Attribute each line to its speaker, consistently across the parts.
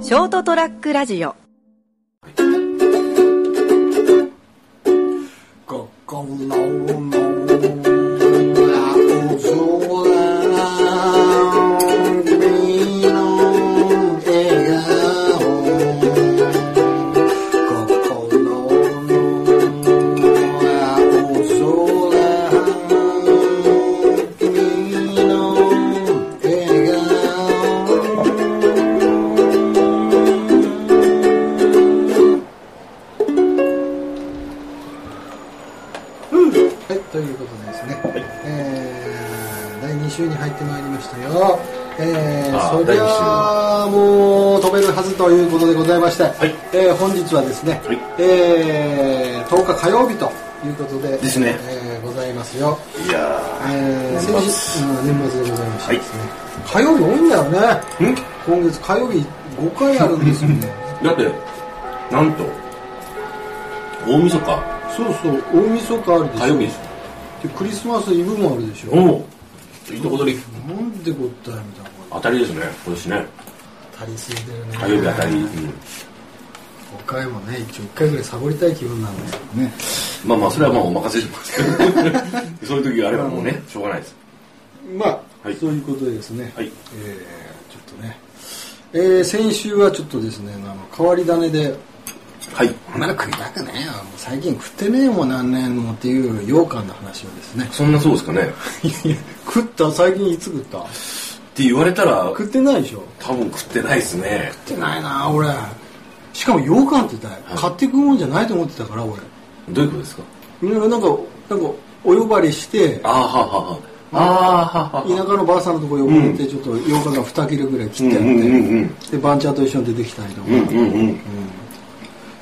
Speaker 1: ショートトラックラジオ
Speaker 2: はい、ということでですね、えー第2週に入ってまいりましたよ、えー
Speaker 3: あー
Speaker 2: そりゃあもう飛べるはずということでございまして、
Speaker 3: い
Speaker 2: えー本日はですね、
Speaker 3: い
Speaker 2: えー10日火曜日ということで
Speaker 3: ですね
Speaker 2: えーございますよ、
Speaker 3: いや
Speaker 2: えー
Speaker 3: 年末
Speaker 2: 先週うん年末でございまして
Speaker 3: はい
Speaker 2: ですね、火曜日多いんだよね
Speaker 3: ーん
Speaker 2: 今月火曜日5回あるんですよね
Speaker 3: だってなんと大晦日
Speaker 2: そうそう大晦日あるでしょ
Speaker 3: 火曜日です
Speaker 2: でクリスマスイブもあるでしょ、
Speaker 3: おおいいとこ取り
Speaker 2: なんでこったいみたいな
Speaker 3: 当たりですね今年ね
Speaker 2: 当たりすぎてるね
Speaker 3: 火曜日当たり、うん、
Speaker 2: 5回もね一応1回ぐらいサボりたい気分なんですよね
Speaker 3: まあまあそれはまあお任せしますけど そういう時があればもうねしょうがないです
Speaker 2: まあ、
Speaker 3: はい
Speaker 2: そういうことでですね、
Speaker 3: はい
Speaker 2: えーちょっとね、えー先週はちょっとですねあの変わり種で
Speaker 3: はい
Speaker 2: 「お前ら食いたくねえよもう最近食ってねえもん何年も」っていう羊羹の話をですね
Speaker 3: そんなそうですかねっ
Speaker 2: いやいや食った最近いつ食った
Speaker 3: て言われたら
Speaker 2: 食ってないでしょ
Speaker 3: 多分食ってないですね
Speaker 2: 食ってないな俺しかも羊羹って言ったら
Speaker 3: い
Speaker 2: 買ってくもんじゃないと思ってたから俺
Speaker 3: どういうことですか
Speaker 2: みんななんかなんかお呼ばれして
Speaker 3: あーはーはーはーあ
Speaker 2: 田
Speaker 3: ーはーはーは
Speaker 2: 舎のばあさんのところ呼ばれて、ちょっと洋日が2切れぐらい切ってあって、
Speaker 3: うんうんうんうん
Speaker 2: で番茶と一緒に出てきたりとか、
Speaker 3: ーうんうんうん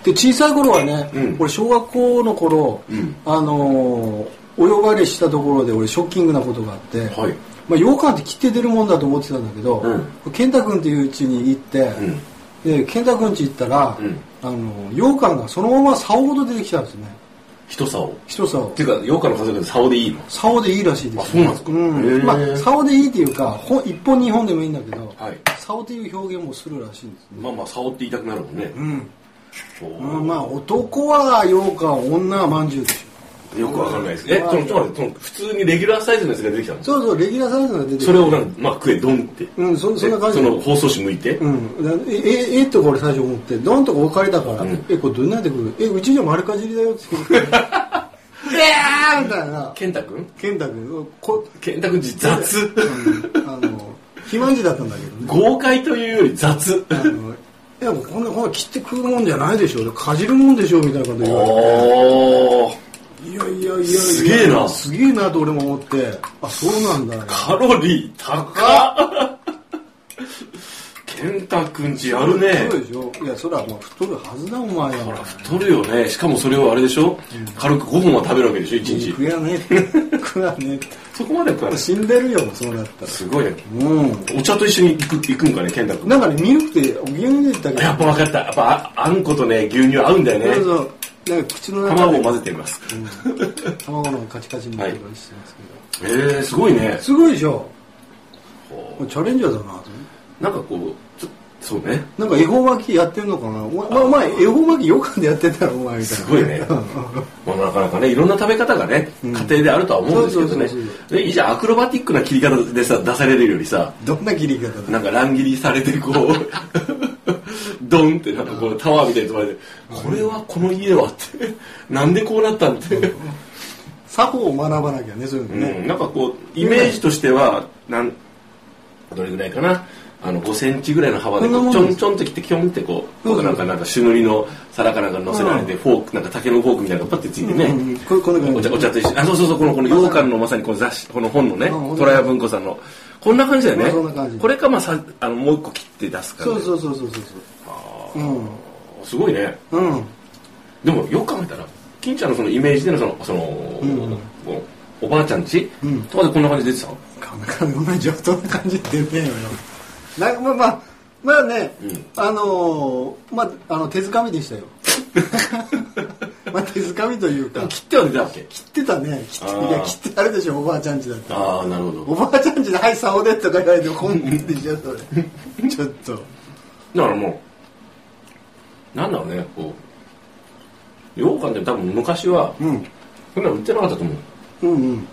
Speaker 2: で小さい頃はね、
Speaker 3: うん
Speaker 2: 俺小学校の頃、
Speaker 3: うん
Speaker 2: あのーお呼ばれしたところで俺ショッキングなことがあって、
Speaker 3: はい
Speaker 2: まあ、羊羹って切って出るもんだと思ってたんだけど、
Speaker 3: う
Speaker 2: 健太君っていう家に行って、
Speaker 3: ん
Speaker 2: で健太君家行ったら、
Speaker 3: うん
Speaker 2: あの羊羹がそのまま竿ほど出てきたんですね
Speaker 3: 人竿っ
Speaker 2: 一竿
Speaker 3: ていうか8日の家族で竿でいいの
Speaker 2: 竿でいいらしいです、
Speaker 3: あそうな
Speaker 2: う
Speaker 3: んです
Speaker 2: ま
Speaker 3: かへー
Speaker 2: あ、竿でいいっていうかほ一本二本でもいいんだけど、
Speaker 3: はい
Speaker 2: 竿という表現もするらしいんですね
Speaker 3: まあまあ竿って言いたくなるもんね
Speaker 2: うん、
Speaker 3: おー
Speaker 2: まあ男は羊羹女はまんじゅうでし
Speaker 3: よくわかんないですえそのちょっと待ってその普通にレギュラーサイズのやつが出てきたの
Speaker 2: ょそうそうレギュラーサイズが出てる
Speaker 3: それをなんかまあ食えドンって
Speaker 2: うんそそんな感じ
Speaker 3: でその包装紙向いて
Speaker 2: うん、だええええとこ俺最初思ってどんとこ置かれたから、
Speaker 3: うん
Speaker 2: えこれどんなんで来るえうちじゃ丸かじりだよって言 ってえーみたいな
Speaker 3: 健太くん
Speaker 2: 健太君こ、
Speaker 3: 健太くんち雑
Speaker 2: うん、あの肥満児だったんだけどね
Speaker 3: 豪快というより雑
Speaker 2: あのいやもうこんなこんな切って食うもんじゃないでしょかじるもんでしょみたいなこと言われて
Speaker 3: おー
Speaker 2: いやいやいやいや
Speaker 3: すげえな
Speaker 2: すげえなと俺も思ってあそうなんだ
Speaker 3: カロリー高っ健太くんちやるね
Speaker 2: そうでしょいやそれはもう太るはずだお前は
Speaker 3: 取るよねしかもそれをあれでしょ軽く5本は食べるわけでしょ1日
Speaker 2: 肉やねえ食わね
Speaker 3: そこまで食
Speaker 2: え
Speaker 3: わ ない
Speaker 2: 死んでるよそうなったら
Speaker 3: すごいね
Speaker 2: う
Speaker 3: お茶と一緒に行く行くんかね健太く
Speaker 2: ん
Speaker 3: ん
Speaker 2: なんかねミルクって牛乳で言ったけど
Speaker 3: やっぱ分かったやっぱああんことね牛乳合うんだ
Speaker 2: そう
Speaker 3: よね
Speaker 2: そうなんか口の中
Speaker 3: 卵を
Speaker 2: で
Speaker 3: 混ぜてみます
Speaker 2: 卵のカチカチになってたりしてますけど、
Speaker 3: えー、すごいね
Speaker 2: すごいでしょ
Speaker 3: こ
Speaker 2: もうチャレンジャーだなと思って
Speaker 3: うなんかこうちょそうね
Speaker 2: なんか恵方巻きやってんのかなお前お前恵方巻きよくでやってたろお前みたいな
Speaker 3: すごいねまあなかなかねいろんな食べ方がね家
Speaker 2: ん
Speaker 3: 庭であるとは思うんですけどね
Speaker 2: そうそうそう
Speaker 3: でいいじゃんアクロバティックな切り方でさ出されるよりさ
Speaker 2: どんな切り方だ
Speaker 3: なんか乱切りされてこう ドンってなんかこのタワーみたいなところでこれはこの家はってなんでこうなったんって
Speaker 2: 作法を学ばなきゃねそういうのね、
Speaker 3: うん、なんかこうイメージとしてはなんどれぐらいかなあの5センチぐらいの幅で
Speaker 2: そんな
Speaker 3: こ
Speaker 2: も
Speaker 3: うんちょ
Speaker 2: で
Speaker 3: ん
Speaker 2: す
Speaker 3: ちょんってきてキョンってこう
Speaker 2: そうそう
Speaker 3: なんかなんか朱塗りの皿かなんか乗せられて
Speaker 2: うん
Speaker 3: フォークなんか竹のフォークみたいなのがパッてついてね、
Speaker 2: うんうんこれこんな感じ
Speaker 3: お茶お茶と一緒にあそうそうそうこのこの羊羹のまさにこの雑誌この本のね
Speaker 2: うんうん
Speaker 3: 虎屋文庫さんのこんな感じだよね、
Speaker 2: まあそんな感じ
Speaker 3: これかまあさあのもう一個切って出すから、
Speaker 2: そう
Speaker 3: ね、
Speaker 2: そうそうそうそうそう
Speaker 3: すごいね
Speaker 2: うんうん
Speaker 3: でもよく考えたら金ちゃんのそのイメージでのそのその、
Speaker 2: んうん
Speaker 3: こうおばあちゃんち、
Speaker 2: うん
Speaker 3: とかでこんな感じで出てたの
Speaker 2: かなかなこんな上等な感じって言ってんのよなんかまあまあまあね、
Speaker 3: うん
Speaker 2: あのー、まああの手づかみで したよまあ手づかみというか
Speaker 3: 切っては出たわけ
Speaker 2: 切ってたね切っ
Speaker 3: あ
Speaker 2: て
Speaker 3: ー
Speaker 2: いや切ってあれでしょおばあちゃんちだって
Speaker 3: ああなるほ
Speaker 2: お
Speaker 3: ど
Speaker 2: ばあ ちゃんちで「はい竿で」とか言われて本人でしょそれちょっと
Speaker 3: だからもうなんだろうねこう羊羹でも多分昔は
Speaker 2: うん
Speaker 3: そんなの売ってなかったと思
Speaker 2: う
Speaker 3: う
Speaker 2: んうん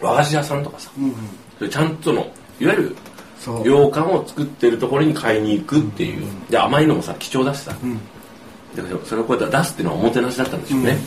Speaker 3: 和菓子屋さんとかさ
Speaker 2: うんうん
Speaker 3: それちゃんとのいわゆる
Speaker 2: そう
Speaker 3: 羊羹を作ってるところに買いに行くっていう、で甘いのもさ貴重だしさ
Speaker 2: うん
Speaker 3: だからそれをこうやって出すっていうのはおもてなしだったんでしょうね、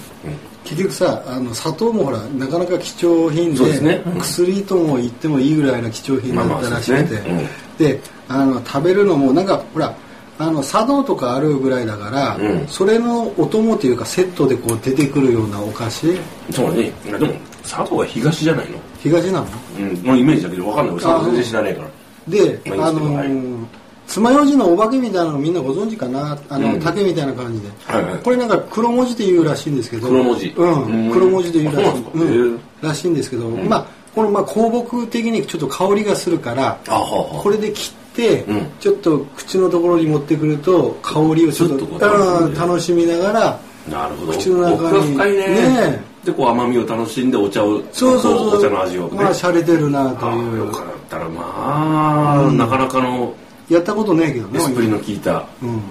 Speaker 2: 結局さあの砂糖もほらなかなか貴重品
Speaker 3: そう
Speaker 2: で
Speaker 3: ですねうん
Speaker 2: 薬とも言ってもいいぐらいの貴重品
Speaker 3: ま
Speaker 2: だ
Speaker 3: あま
Speaker 2: っ
Speaker 3: あ
Speaker 2: た
Speaker 3: そう
Speaker 2: ら
Speaker 3: で
Speaker 2: し
Speaker 3: すね
Speaker 2: くて、であの食べるのもなんかほらあの茶道とかあるぐらいだから、
Speaker 3: うん
Speaker 2: それのお供というかセットでこう出てくるようなお菓子
Speaker 3: うんそうねでも佐藤は東じゃないの
Speaker 2: 東なの
Speaker 3: うんのイメージだけど分かんない俺佐藤全然知らねえから
Speaker 2: で、
Speaker 3: まあ
Speaker 2: あの
Speaker 3: いいですけど
Speaker 2: ー爪楊枝のお化けみたいなのみんなご存知かなあの、
Speaker 3: うん
Speaker 2: 竹みたいな感じで、
Speaker 3: はいはい
Speaker 2: これなんか黒文字で言うらしいんですけど
Speaker 3: 黒文字
Speaker 2: うん
Speaker 3: うん
Speaker 2: 黒文字で言うらし
Speaker 3: あ
Speaker 2: い
Speaker 3: そうなんですか
Speaker 2: うん
Speaker 3: へえ
Speaker 2: らしいんですけど、まあこのまあ香木的にちょっと香りがするから
Speaker 3: あはあはあ
Speaker 2: これで切って、
Speaker 3: うん
Speaker 2: ちょっと口のところに持ってくると香りをちょっと
Speaker 3: ちょっとこう楽
Speaker 2: う
Speaker 3: しんで
Speaker 2: ん楽しみながら
Speaker 3: なるほど
Speaker 2: 口の中に
Speaker 3: 奥が深いね
Speaker 2: ね
Speaker 3: でこう甘みを楽しんでお茶を
Speaker 2: そうそうそう
Speaker 3: こお茶の味をね、
Speaker 2: まあ洒落てるなと
Speaker 3: あ
Speaker 2: い
Speaker 3: よ
Speaker 2: う
Speaker 3: かったらまあ、なかなかの
Speaker 2: やったことないけどね
Speaker 3: エスプリの効いた、
Speaker 2: うん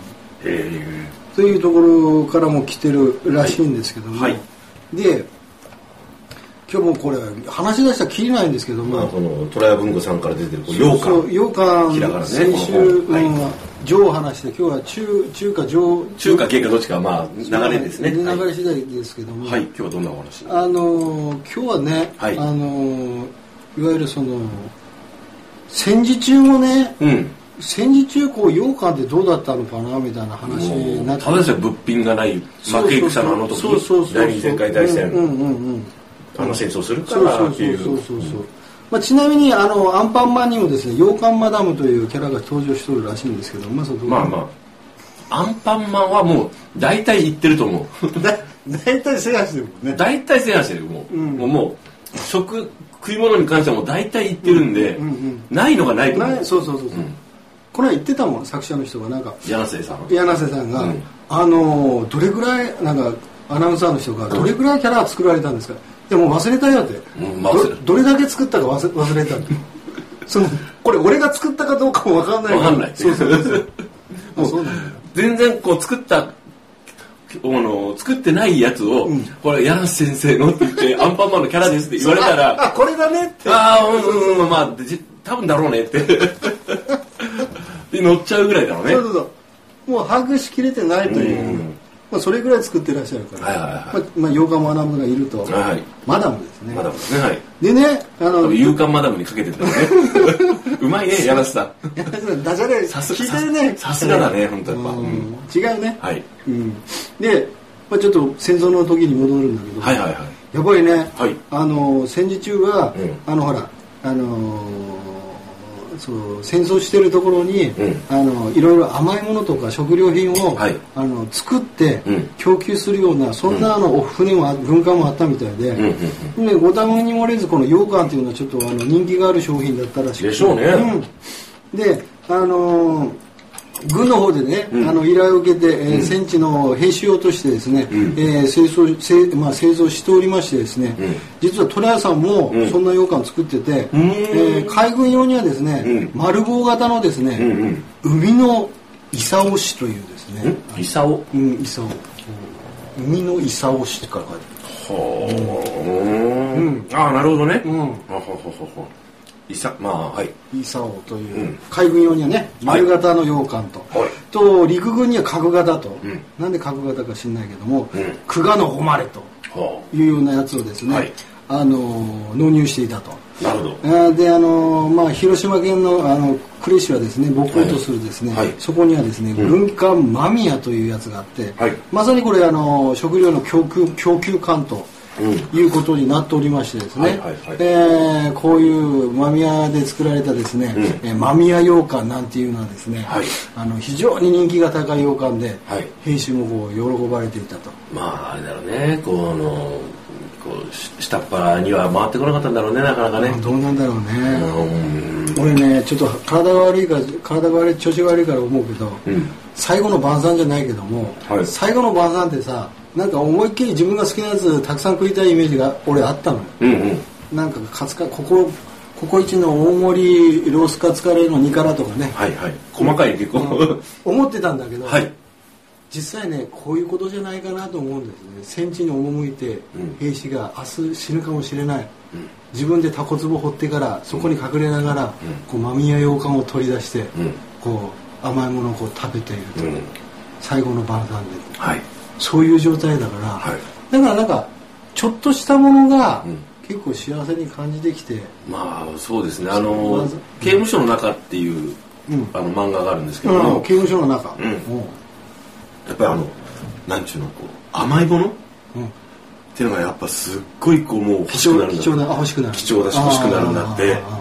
Speaker 3: え
Speaker 2: というところからも来てるらしいんですけども、
Speaker 3: はい
Speaker 2: で今日もうこれ話し出したらきりないんですけど
Speaker 3: ーまあ
Speaker 2: も、
Speaker 3: この虎屋文庫さんから出てるこ
Speaker 2: そ
Speaker 3: う
Speaker 2: う
Speaker 3: 羊
Speaker 2: そう羊
Speaker 3: 羹
Speaker 2: 羹
Speaker 3: ひらがなね
Speaker 2: 先週
Speaker 3: この本はい
Speaker 2: うん上を話して今日は中中華上
Speaker 3: 中華系かどっちかまあ流れですね
Speaker 2: 流
Speaker 3: はい、
Speaker 2: れ次第ですけども、
Speaker 3: はい今日はどんなお話
Speaker 2: あのー今日はね、
Speaker 3: はい
Speaker 2: あのーいわゆるその戦時中もね
Speaker 3: うん
Speaker 2: 戦時中こう羊羹ってどうだったのかなみたいな話にな
Speaker 3: も
Speaker 2: っ
Speaker 3: う
Speaker 2: て
Speaker 3: ただでさえ物品がない負け戦のあの時
Speaker 2: そうそうそうそう
Speaker 3: 第二次世界大戦、
Speaker 2: うんうんうんうん
Speaker 3: あの戦争するか
Speaker 2: そう
Speaker 3: ら
Speaker 2: そう
Speaker 3: って
Speaker 2: そ
Speaker 3: いうう
Speaker 2: そうそうそうまあ、ちなみにあのアンパンマンにもですね羊羹マダムというキャラが登場しとるらしいんですけどまあその
Speaker 3: まあまあアンパンマンはもう大体言ってると思う
Speaker 2: あだ大体制覇してるもんね
Speaker 3: 大体制覇してるもう,、
Speaker 2: うん
Speaker 3: もうもう食食い物に関してはもう大体言ってるんで、
Speaker 2: うんうん
Speaker 3: ないのがないと思う
Speaker 2: なそうそうそうそう、
Speaker 3: ん
Speaker 2: これは言ってたもん作者の人がなんか
Speaker 3: 柳瀬さん
Speaker 2: 柳瀬さんが、
Speaker 3: うん
Speaker 2: あのどれぐらいなんかアナウンサーの人がどれぐらいキャラ作られたんですかでもう忘れたよって、
Speaker 3: うんまあ忘れ
Speaker 2: ど
Speaker 3: た
Speaker 2: どれだけ作ったか忘忘れたってそのこれ俺が作ったかどうかも分かんない
Speaker 3: わかんない
Speaker 2: そうそうそう あそうなんだ
Speaker 3: 全然こう作ったあの作ってないやつを、
Speaker 2: うん
Speaker 3: これ柳瀬先生のって言 ってアンパンマンのキャラですって言われたら
Speaker 2: あこれだねって
Speaker 3: ああ、うんうんうん、まあ、じ多分だろうね って。で、乗っちゃうぐらいだろうね。
Speaker 2: そうそうそうもう把握しきれてないという、
Speaker 3: うん
Speaker 2: まあ、それぐらい作ってらっしゃるから、
Speaker 3: はいはいはい
Speaker 2: まあ、まあ、洋館マダムがいると、
Speaker 3: はい
Speaker 2: マダムですね
Speaker 3: マダムですね、はい。
Speaker 2: でねあ
Speaker 3: 多
Speaker 2: の
Speaker 3: 分、勇敢マダムにかけてたよ ね。うまいね、柳瀬さん。
Speaker 2: ダジャレ
Speaker 3: さす
Speaker 2: 聞いてるね
Speaker 3: さすがだね本当やっぱ
Speaker 2: うん
Speaker 3: うん
Speaker 2: 違うね、
Speaker 3: はい。
Speaker 2: うん、で、まあ、ちょっと戦争の時に戻るんだけど、
Speaker 3: はいはいはい。
Speaker 2: やっぱりね、
Speaker 3: はい
Speaker 2: あの戦時中は、
Speaker 3: うん
Speaker 2: あのほらあのーそう戦争してるところに、
Speaker 3: うん
Speaker 2: あのいろいろ甘いものとか食料品を、
Speaker 3: はい
Speaker 2: あの作って、
Speaker 3: うん
Speaker 2: 供給するようなそんなあの、お船もあ文化もあったみたいで、
Speaker 3: うんうん
Speaker 2: でご多分に漏れずこの羊羹っていうのはちょっとあの人気がある商品だったらしくて
Speaker 3: でしょうね
Speaker 2: うん、であのー軍の方でね、
Speaker 3: うん
Speaker 2: あの依頼を受けて、えー戦地の兵士用としてですね、
Speaker 3: ん
Speaker 2: えー製造製,、まあ、製造しておりましてですね、
Speaker 3: うん
Speaker 2: 実はトラヤさんも
Speaker 3: うん
Speaker 2: そんな羊羹を作ってて、
Speaker 3: ん
Speaker 2: えー海軍用にはですね、
Speaker 3: うん
Speaker 2: 丸棒型のですね、
Speaker 3: うんうん
Speaker 2: 海のイサオシというですね
Speaker 3: イサオ。
Speaker 2: うんイサオ海のイサオシって書かれて
Speaker 3: ほー。ああ、なるほどね。
Speaker 2: うん
Speaker 3: あほほほほ。イサ、まあ、はい。
Speaker 2: るイサオという、
Speaker 3: うん
Speaker 2: 海軍用にはね丸型の羊羹と、
Speaker 3: はい
Speaker 2: と陸軍には角型と、
Speaker 3: ん
Speaker 2: なんで角型か知んないけども、
Speaker 3: うん
Speaker 2: 久我の誉れと
Speaker 3: ほ
Speaker 2: いうようなやつをですね、
Speaker 3: はい
Speaker 2: あの納入していたと。
Speaker 3: う。なるほど。
Speaker 2: あーであのーまあ、広島県のあの呉市はですね母校とするですね、
Speaker 3: はいはい
Speaker 2: そこにはですね、軍艦間宮というやつがあって、
Speaker 3: はい
Speaker 2: まさにこれあのー食料の供給供給艦と
Speaker 3: うん
Speaker 2: いうことになっておりましてですね、
Speaker 3: はいはいはい
Speaker 2: えーこういう間宮で作られたですね、
Speaker 3: うん
Speaker 2: えー間宮羊羹なんていうのはですね、
Speaker 3: はい
Speaker 2: あの非常に人気が高い羊羹で、
Speaker 3: はい
Speaker 2: 兵士もこう喜ばれていたと。
Speaker 3: まあ、あれだろうね。こう、あの、こう、し下っ腹には回ってこなかったんだろうね、なかなかね。
Speaker 2: どうなんだろうね。
Speaker 3: うん。
Speaker 2: 俺ねちょっと体が悪いから体が悪い調子が悪いから思うけど、
Speaker 3: うん
Speaker 2: 最後の晩餐じゃないけども、
Speaker 3: はい
Speaker 2: 最後の晩餐ってさなんか思いっきり自分が好きなやつたくさん食いたいイメージが俺あったのよ
Speaker 3: うんうん。
Speaker 2: なんかカツカここここ一の大盛りロースカツカレーの2辛とかね、
Speaker 3: はいはい。細かい結構。
Speaker 2: 思ってたんだけど、
Speaker 3: はい。
Speaker 2: 実際ねこういうことじゃないかなと思うんですね戦地に赴いて
Speaker 3: うん
Speaker 2: 兵士が明日死ぬかもしれない、
Speaker 3: ん
Speaker 2: 自分でタコ壺掘ってからそこに隠れながら、
Speaker 3: うん
Speaker 2: こうマミや羊羹を取り出して、
Speaker 3: うん
Speaker 2: こう甘いものをこう食べていると、
Speaker 3: うん
Speaker 2: 最後の晩餐で
Speaker 3: はい
Speaker 2: そういう状態だから、
Speaker 3: はい
Speaker 2: だからなんかちょっとしたものが
Speaker 3: うん
Speaker 2: 結構幸せに感じてきて、
Speaker 3: まあそうですねあ
Speaker 2: ま
Speaker 3: の
Speaker 2: ず
Speaker 3: 刑務所の中っていう
Speaker 2: うん
Speaker 3: あの漫画があるんですけど
Speaker 2: うん
Speaker 3: も
Speaker 2: 刑務所の中、
Speaker 3: うん
Speaker 2: も
Speaker 3: やっぱりあのなんちゅうのこう甘いものっ
Speaker 2: ううん
Speaker 3: ていうのがやっぱすっごいこうもう欲
Speaker 2: 貴
Speaker 3: しく
Speaker 2: 重
Speaker 3: なるんだ
Speaker 2: 貴重なあ欲しくなる
Speaker 3: 貴重だし欲しくなるんだって
Speaker 2: あーあーあー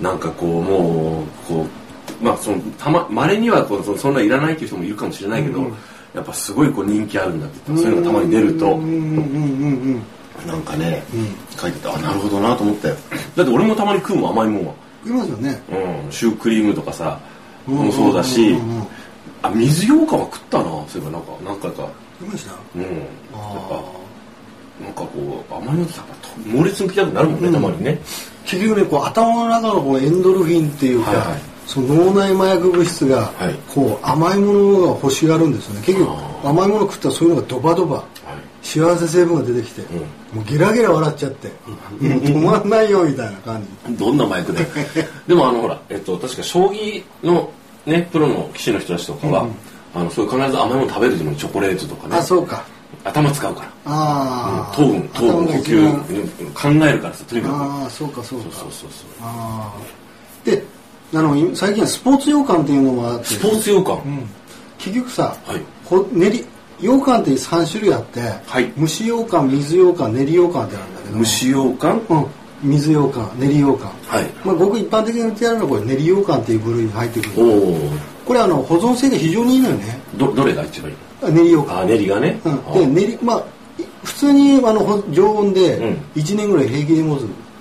Speaker 2: あ
Speaker 3: なんかこうもうこうまあそのたま稀にはこうそそんないらないっていう人もいるかもしれないけど、
Speaker 2: うん
Speaker 3: やっぱすごいこう人気あるんだって
Speaker 2: ー
Speaker 3: 言ったらそういうのがたまに出ると
Speaker 2: うんうんうんうんうん
Speaker 3: なんかね、
Speaker 2: うん
Speaker 3: 書いててあなるほどなと思ったよだって俺もたまに食うもん甘いもんは、
Speaker 2: いますよね
Speaker 3: うん、シュークリームとかさもそうだし、
Speaker 2: うんうんうんうん
Speaker 3: あ水羊羹は食ったなそういえばなんか何回か
Speaker 2: いました
Speaker 3: うんやっ
Speaker 2: あ
Speaker 3: ぱ
Speaker 2: ー
Speaker 3: なんかこう甘いのってやっぱと猛烈に食いたくなるもんね、
Speaker 2: うん
Speaker 3: たまにね
Speaker 2: 結局ねこう頭の中のこのエンドルフィンっていうか、
Speaker 3: はいはい
Speaker 2: その脳内麻薬物質が、
Speaker 3: はい
Speaker 2: こう甘いものが欲しがるんですよね結局
Speaker 3: あー
Speaker 2: 甘いもの食ったらそういうのがドバドバ
Speaker 3: はい
Speaker 2: 幸せ成分が出てきて、
Speaker 3: ん
Speaker 2: もうゲラゲラ笑っちゃって、もう止まんないよみたいな感じ
Speaker 3: どんなマイク ででもあのほら、えっと、確か将棋の、ね、プロの棋士の人たちとかは、
Speaker 2: うん
Speaker 3: あのそういう必ず甘いもの食べるのにチョコレートとかね
Speaker 2: あそうか
Speaker 3: 頭使うから
Speaker 2: ああ
Speaker 3: 糖分糖分
Speaker 2: 頭
Speaker 3: 補
Speaker 2: が一
Speaker 3: 給
Speaker 2: 番
Speaker 3: うん考えるからさとにか
Speaker 2: ああそうかそう
Speaker 3: くそ
Speaker 2: か
Speaker 3: うそうそうそう
Speaker 2: ああであの今最近はスポーツ羊羹っていうのもあって
Speaker 3: スポーツ羊羹、
Speaker 2: うん結局さ、
Speaker 3: はい
Speaker 2: こ練り羊羹って3種類あって、
Speaker 3: はい
Speaker 2: 蒸し羊羹水羊羹練り羊羹ってあるんだけど
Speaker 3: 蒸し羊羹
Speaker 2: うん水羊羹練り羊羹
Speaker 3: はい
Speaker 2: まあ、ごく一般的に売ってあるのはこれ練り羊羹っていう部類に入ってく
Speaker 3: お
Speaker 2: る
Speaker 3: お
Speaker 2: これあの保存性が非常にいいのよね
Speaker 3: どどれが一番いい
Speaker 2: あ練り羊
Speaker 3: の
Speaker 2: 羹
Speaker 3: あ練りがね、あ
Speaker 2: うん、で練りまあい普通にあのほ常温で
Speaker 3: うん
Speaker 2: 1年ぐらい平気で持つ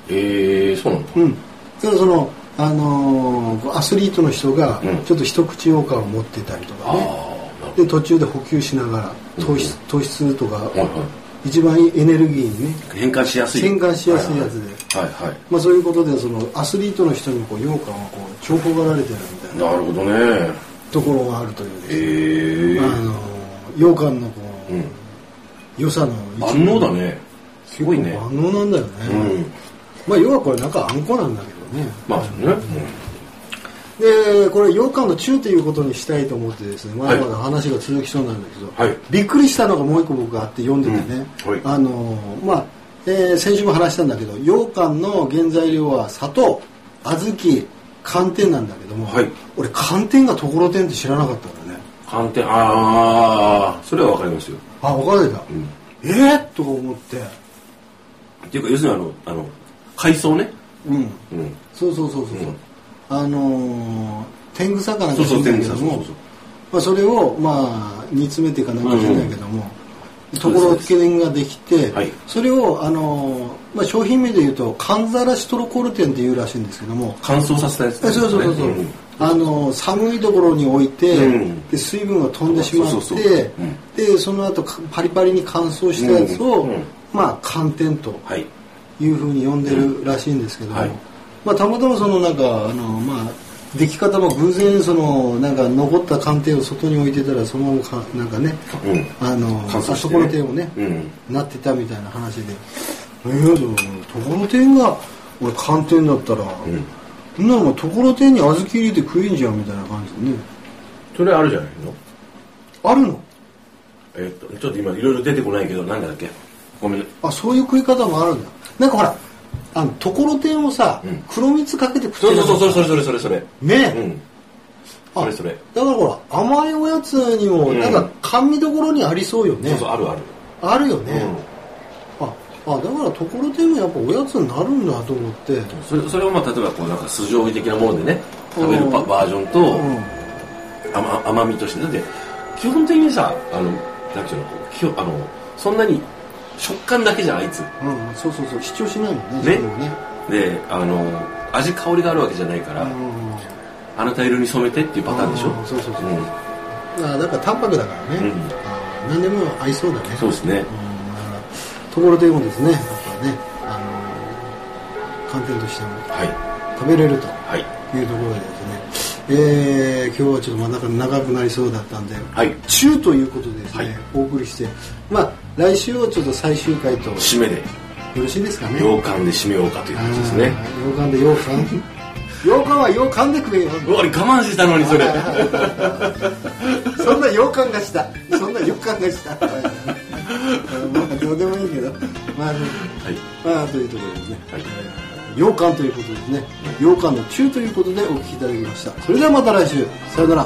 Speaker 3: えー、そうなんだ
Speaker 2: うん、ただその、あのーこうアスリートの人が
Speaker 3: うん
Speaker 2: ちょっと一口羊羹を持ってたりとか
Speaker 3: ああ
Speaker 2: ね、
Speaker 3: なるほ
Speaker 2: で途中で補給しながら糖質,、糖質とか、
Speaker 3: どはいは
Speaker 2: 一番いいエネルギーにね
Speaker 3: い変換しやすい
Speaker 2: 変換しやすいやつで、
Speaker 3: はいはい、はいはい
Speaker 2: まあ、そういうことでそのアスリートの人にこう羊羹をこう重宝がられてるみたいな
Speaker 3: なるほどね
Speaker 2: ところがあるというですね、
Speaker 3: ええ
Speaker 2: あのー羊羹のこう、
Speaker 3: うん
Speaker 2: 良さの一部
Speaker 3: 万能だねすごいね
Speaker 2: 万能なんだよね、
Speaker 3: うん
Speaker 2: まあ要はこれ中あんこなんだけどね
Speaker 3: まあね、
Speaker 2: でこれ羊羹の中ということにしたいと思ってですねまだまだ話が続きそうなんだけど、
Speaker 3: はい
Speaker 2: びっくりしたのがもう一個僕があって読んでてね、
Speaker 3: うんはい
Speaker 2: あのーまあ、えー先週も話したんだけど羊羹の原材料は砂糖小豆寒天なんだけども、
Speaker 3: はい
Speaker 2: 俺寒天がところてんって知らなかったんだね
Speaker 3: 寒天ああそれはわかりますよ、
Speaker 2: あ分かれた、
Speaker 3: うん、
Speaker 2: えっ、とか思って
Speaker 3: っていうか要するにあのあの海藻ね、
Speaker 2: うん
Speaker 3: うん、
Speaker 2: そうそうそうそう、
Speaker 3: うん
Speaker 2: あのー天草かなん
Speaker 3: そ
Speaker 2: か
Speaker 3: うそう
Speaker 2: 知ら
Speaker 3: 天
Speaker 2: ない
Speaker 3: 草そうそうそう
Speaker 2: まあ、それをまあ煮詰めていかなきゃいけないけども、ところ付け年ができてそ,、
Speaker 3: はい
Speaker 2: れをあのー、まあ、商品名でいうと寒ざらしトロコルテンっていうらしいんですけども
Speaker 3: 乾燥させたやつ
Speaker 2: えそうそうそうそう、
Speaker 3: ん
Speaker 2: あのー寒いところに置いて、
Speaker 3: うん
Speaker 2: で水分が飛んでしまって
Speaker 3: そうそうそううん
Speaker 2: でその後かパリパリに乾燥したやつを、
Speaker 3: うんうん
Speaker 2: まあ寒天と
Speaker 3: はい
Speaker 2: いうふうに呼んでるらしいんですけども、
Speaker 3: はい
Speaker 2: まあ、たまたまそのなんかあの、まあ、出来方も偶然そのなんか残った鑑定を外に置いてたらそのままかなんかね
Speaker 3: うん
Speaker 2: あの
Speaker 3: 乾燥してね
Speaker 2: あそこの点をね、
Speaker 3: うん
Speaker 2: なってたみたいな話でえー、でもところてんが俺寒天だったら、
Speaker 3: ん
Speaker 2: そんなもんところてんに小豆入れて食えんじゃんみたいな感じでね
Speaker 3: それあるじゃないの
Speaker 2: あるの
Speaker 3: えっとちょっと今いろいろ出てこないけどなんだっけごめん
Speaker 2: あそういう食い方もあるんだなんかほらあのところてんをさ、
Speaker 3: うん
Speaker 2: 黒蜜かけて食って
Speaker 3: そう
Speaker 2: なか
Speaker 3: そ
Speaker 2: っ
Speaker 3: うそうそれそれそれそれ
Speaker 2: たねえ、
Speaker 3: うん
Speaker 2: あ
Speaker 3: それそれ
Speaker 2: だからほら甘いおやつにも
Speaker 3: うん
Speaker 2: なんか甘味どころにありそうよね、
Speaker 3: そうそうあるある
Speaker 2: あるよ
Speaker 3: う
Speaker 2: ね、
Speaker 3: ん
Speaker 2: ああだからところてんもやっぱおやつになるんだと思って
Speaker 3: それそれをまあ例えばこうなんか酢醤油的なものでね食べるバ
Speaker 2: うん
Speaker 3: バージョンと、
Speaker 2: う
Speaker 3: 甘甘みとしてだって基本的にさあのなんていうのこうきよあのそんなに食感だけじゃんあいつ
Speaker 2: ん、うん、そうそうそう主張しないもんね自
Speaker 3: ね
Speaker 2: 分はね
Speaker 3: であの味香りがあるわけじゃないから、
Speaker 2: うん
Speaker 3: あなた色に染めてっていうパターンでしょ、
Speaker 2: うんそうそうそううんあだから淡白だからね、
Speaker 3: うん
Speaker 2: あ何でも合いそうだね
Speaker 3: そうですね
Speaker 2: うんだからところてんもですねやっぱねあの寒天としても
Speaker 3: はい
Speaker 2: 食べれると
Speaker 3: はい
Speaker 2: いうところでですねえー今日はちょっと真ん中長くなりそうだったんで、
Speaker 3: はい
Speaker 2: 中ということでですね、
Speaker 3: はい
Speaker 2: お送りして、まあ、来週をちょっと最終回とよ
Speaker 3: 締めで
Speaker 2: ろしいですかね。
Speaker 3: 洋館で締めようかという感じですね
Speaker 2: あー。洋館で洋館。洋館は洋館で食えよ。
Speaker 3: うわ俺我慢してたのにそれ
Speaker 2: そんな洋館がした。そんな洋館がした。まあどうでもいいけど、まあ、ね、
Speaker 3: はい
Speaker 2: まあというところですね。
Speaker 3: はい
Speaker 2: 洋館ということですね。洋館の中ということでお聞きいただきました。それではまた来週。さよなら。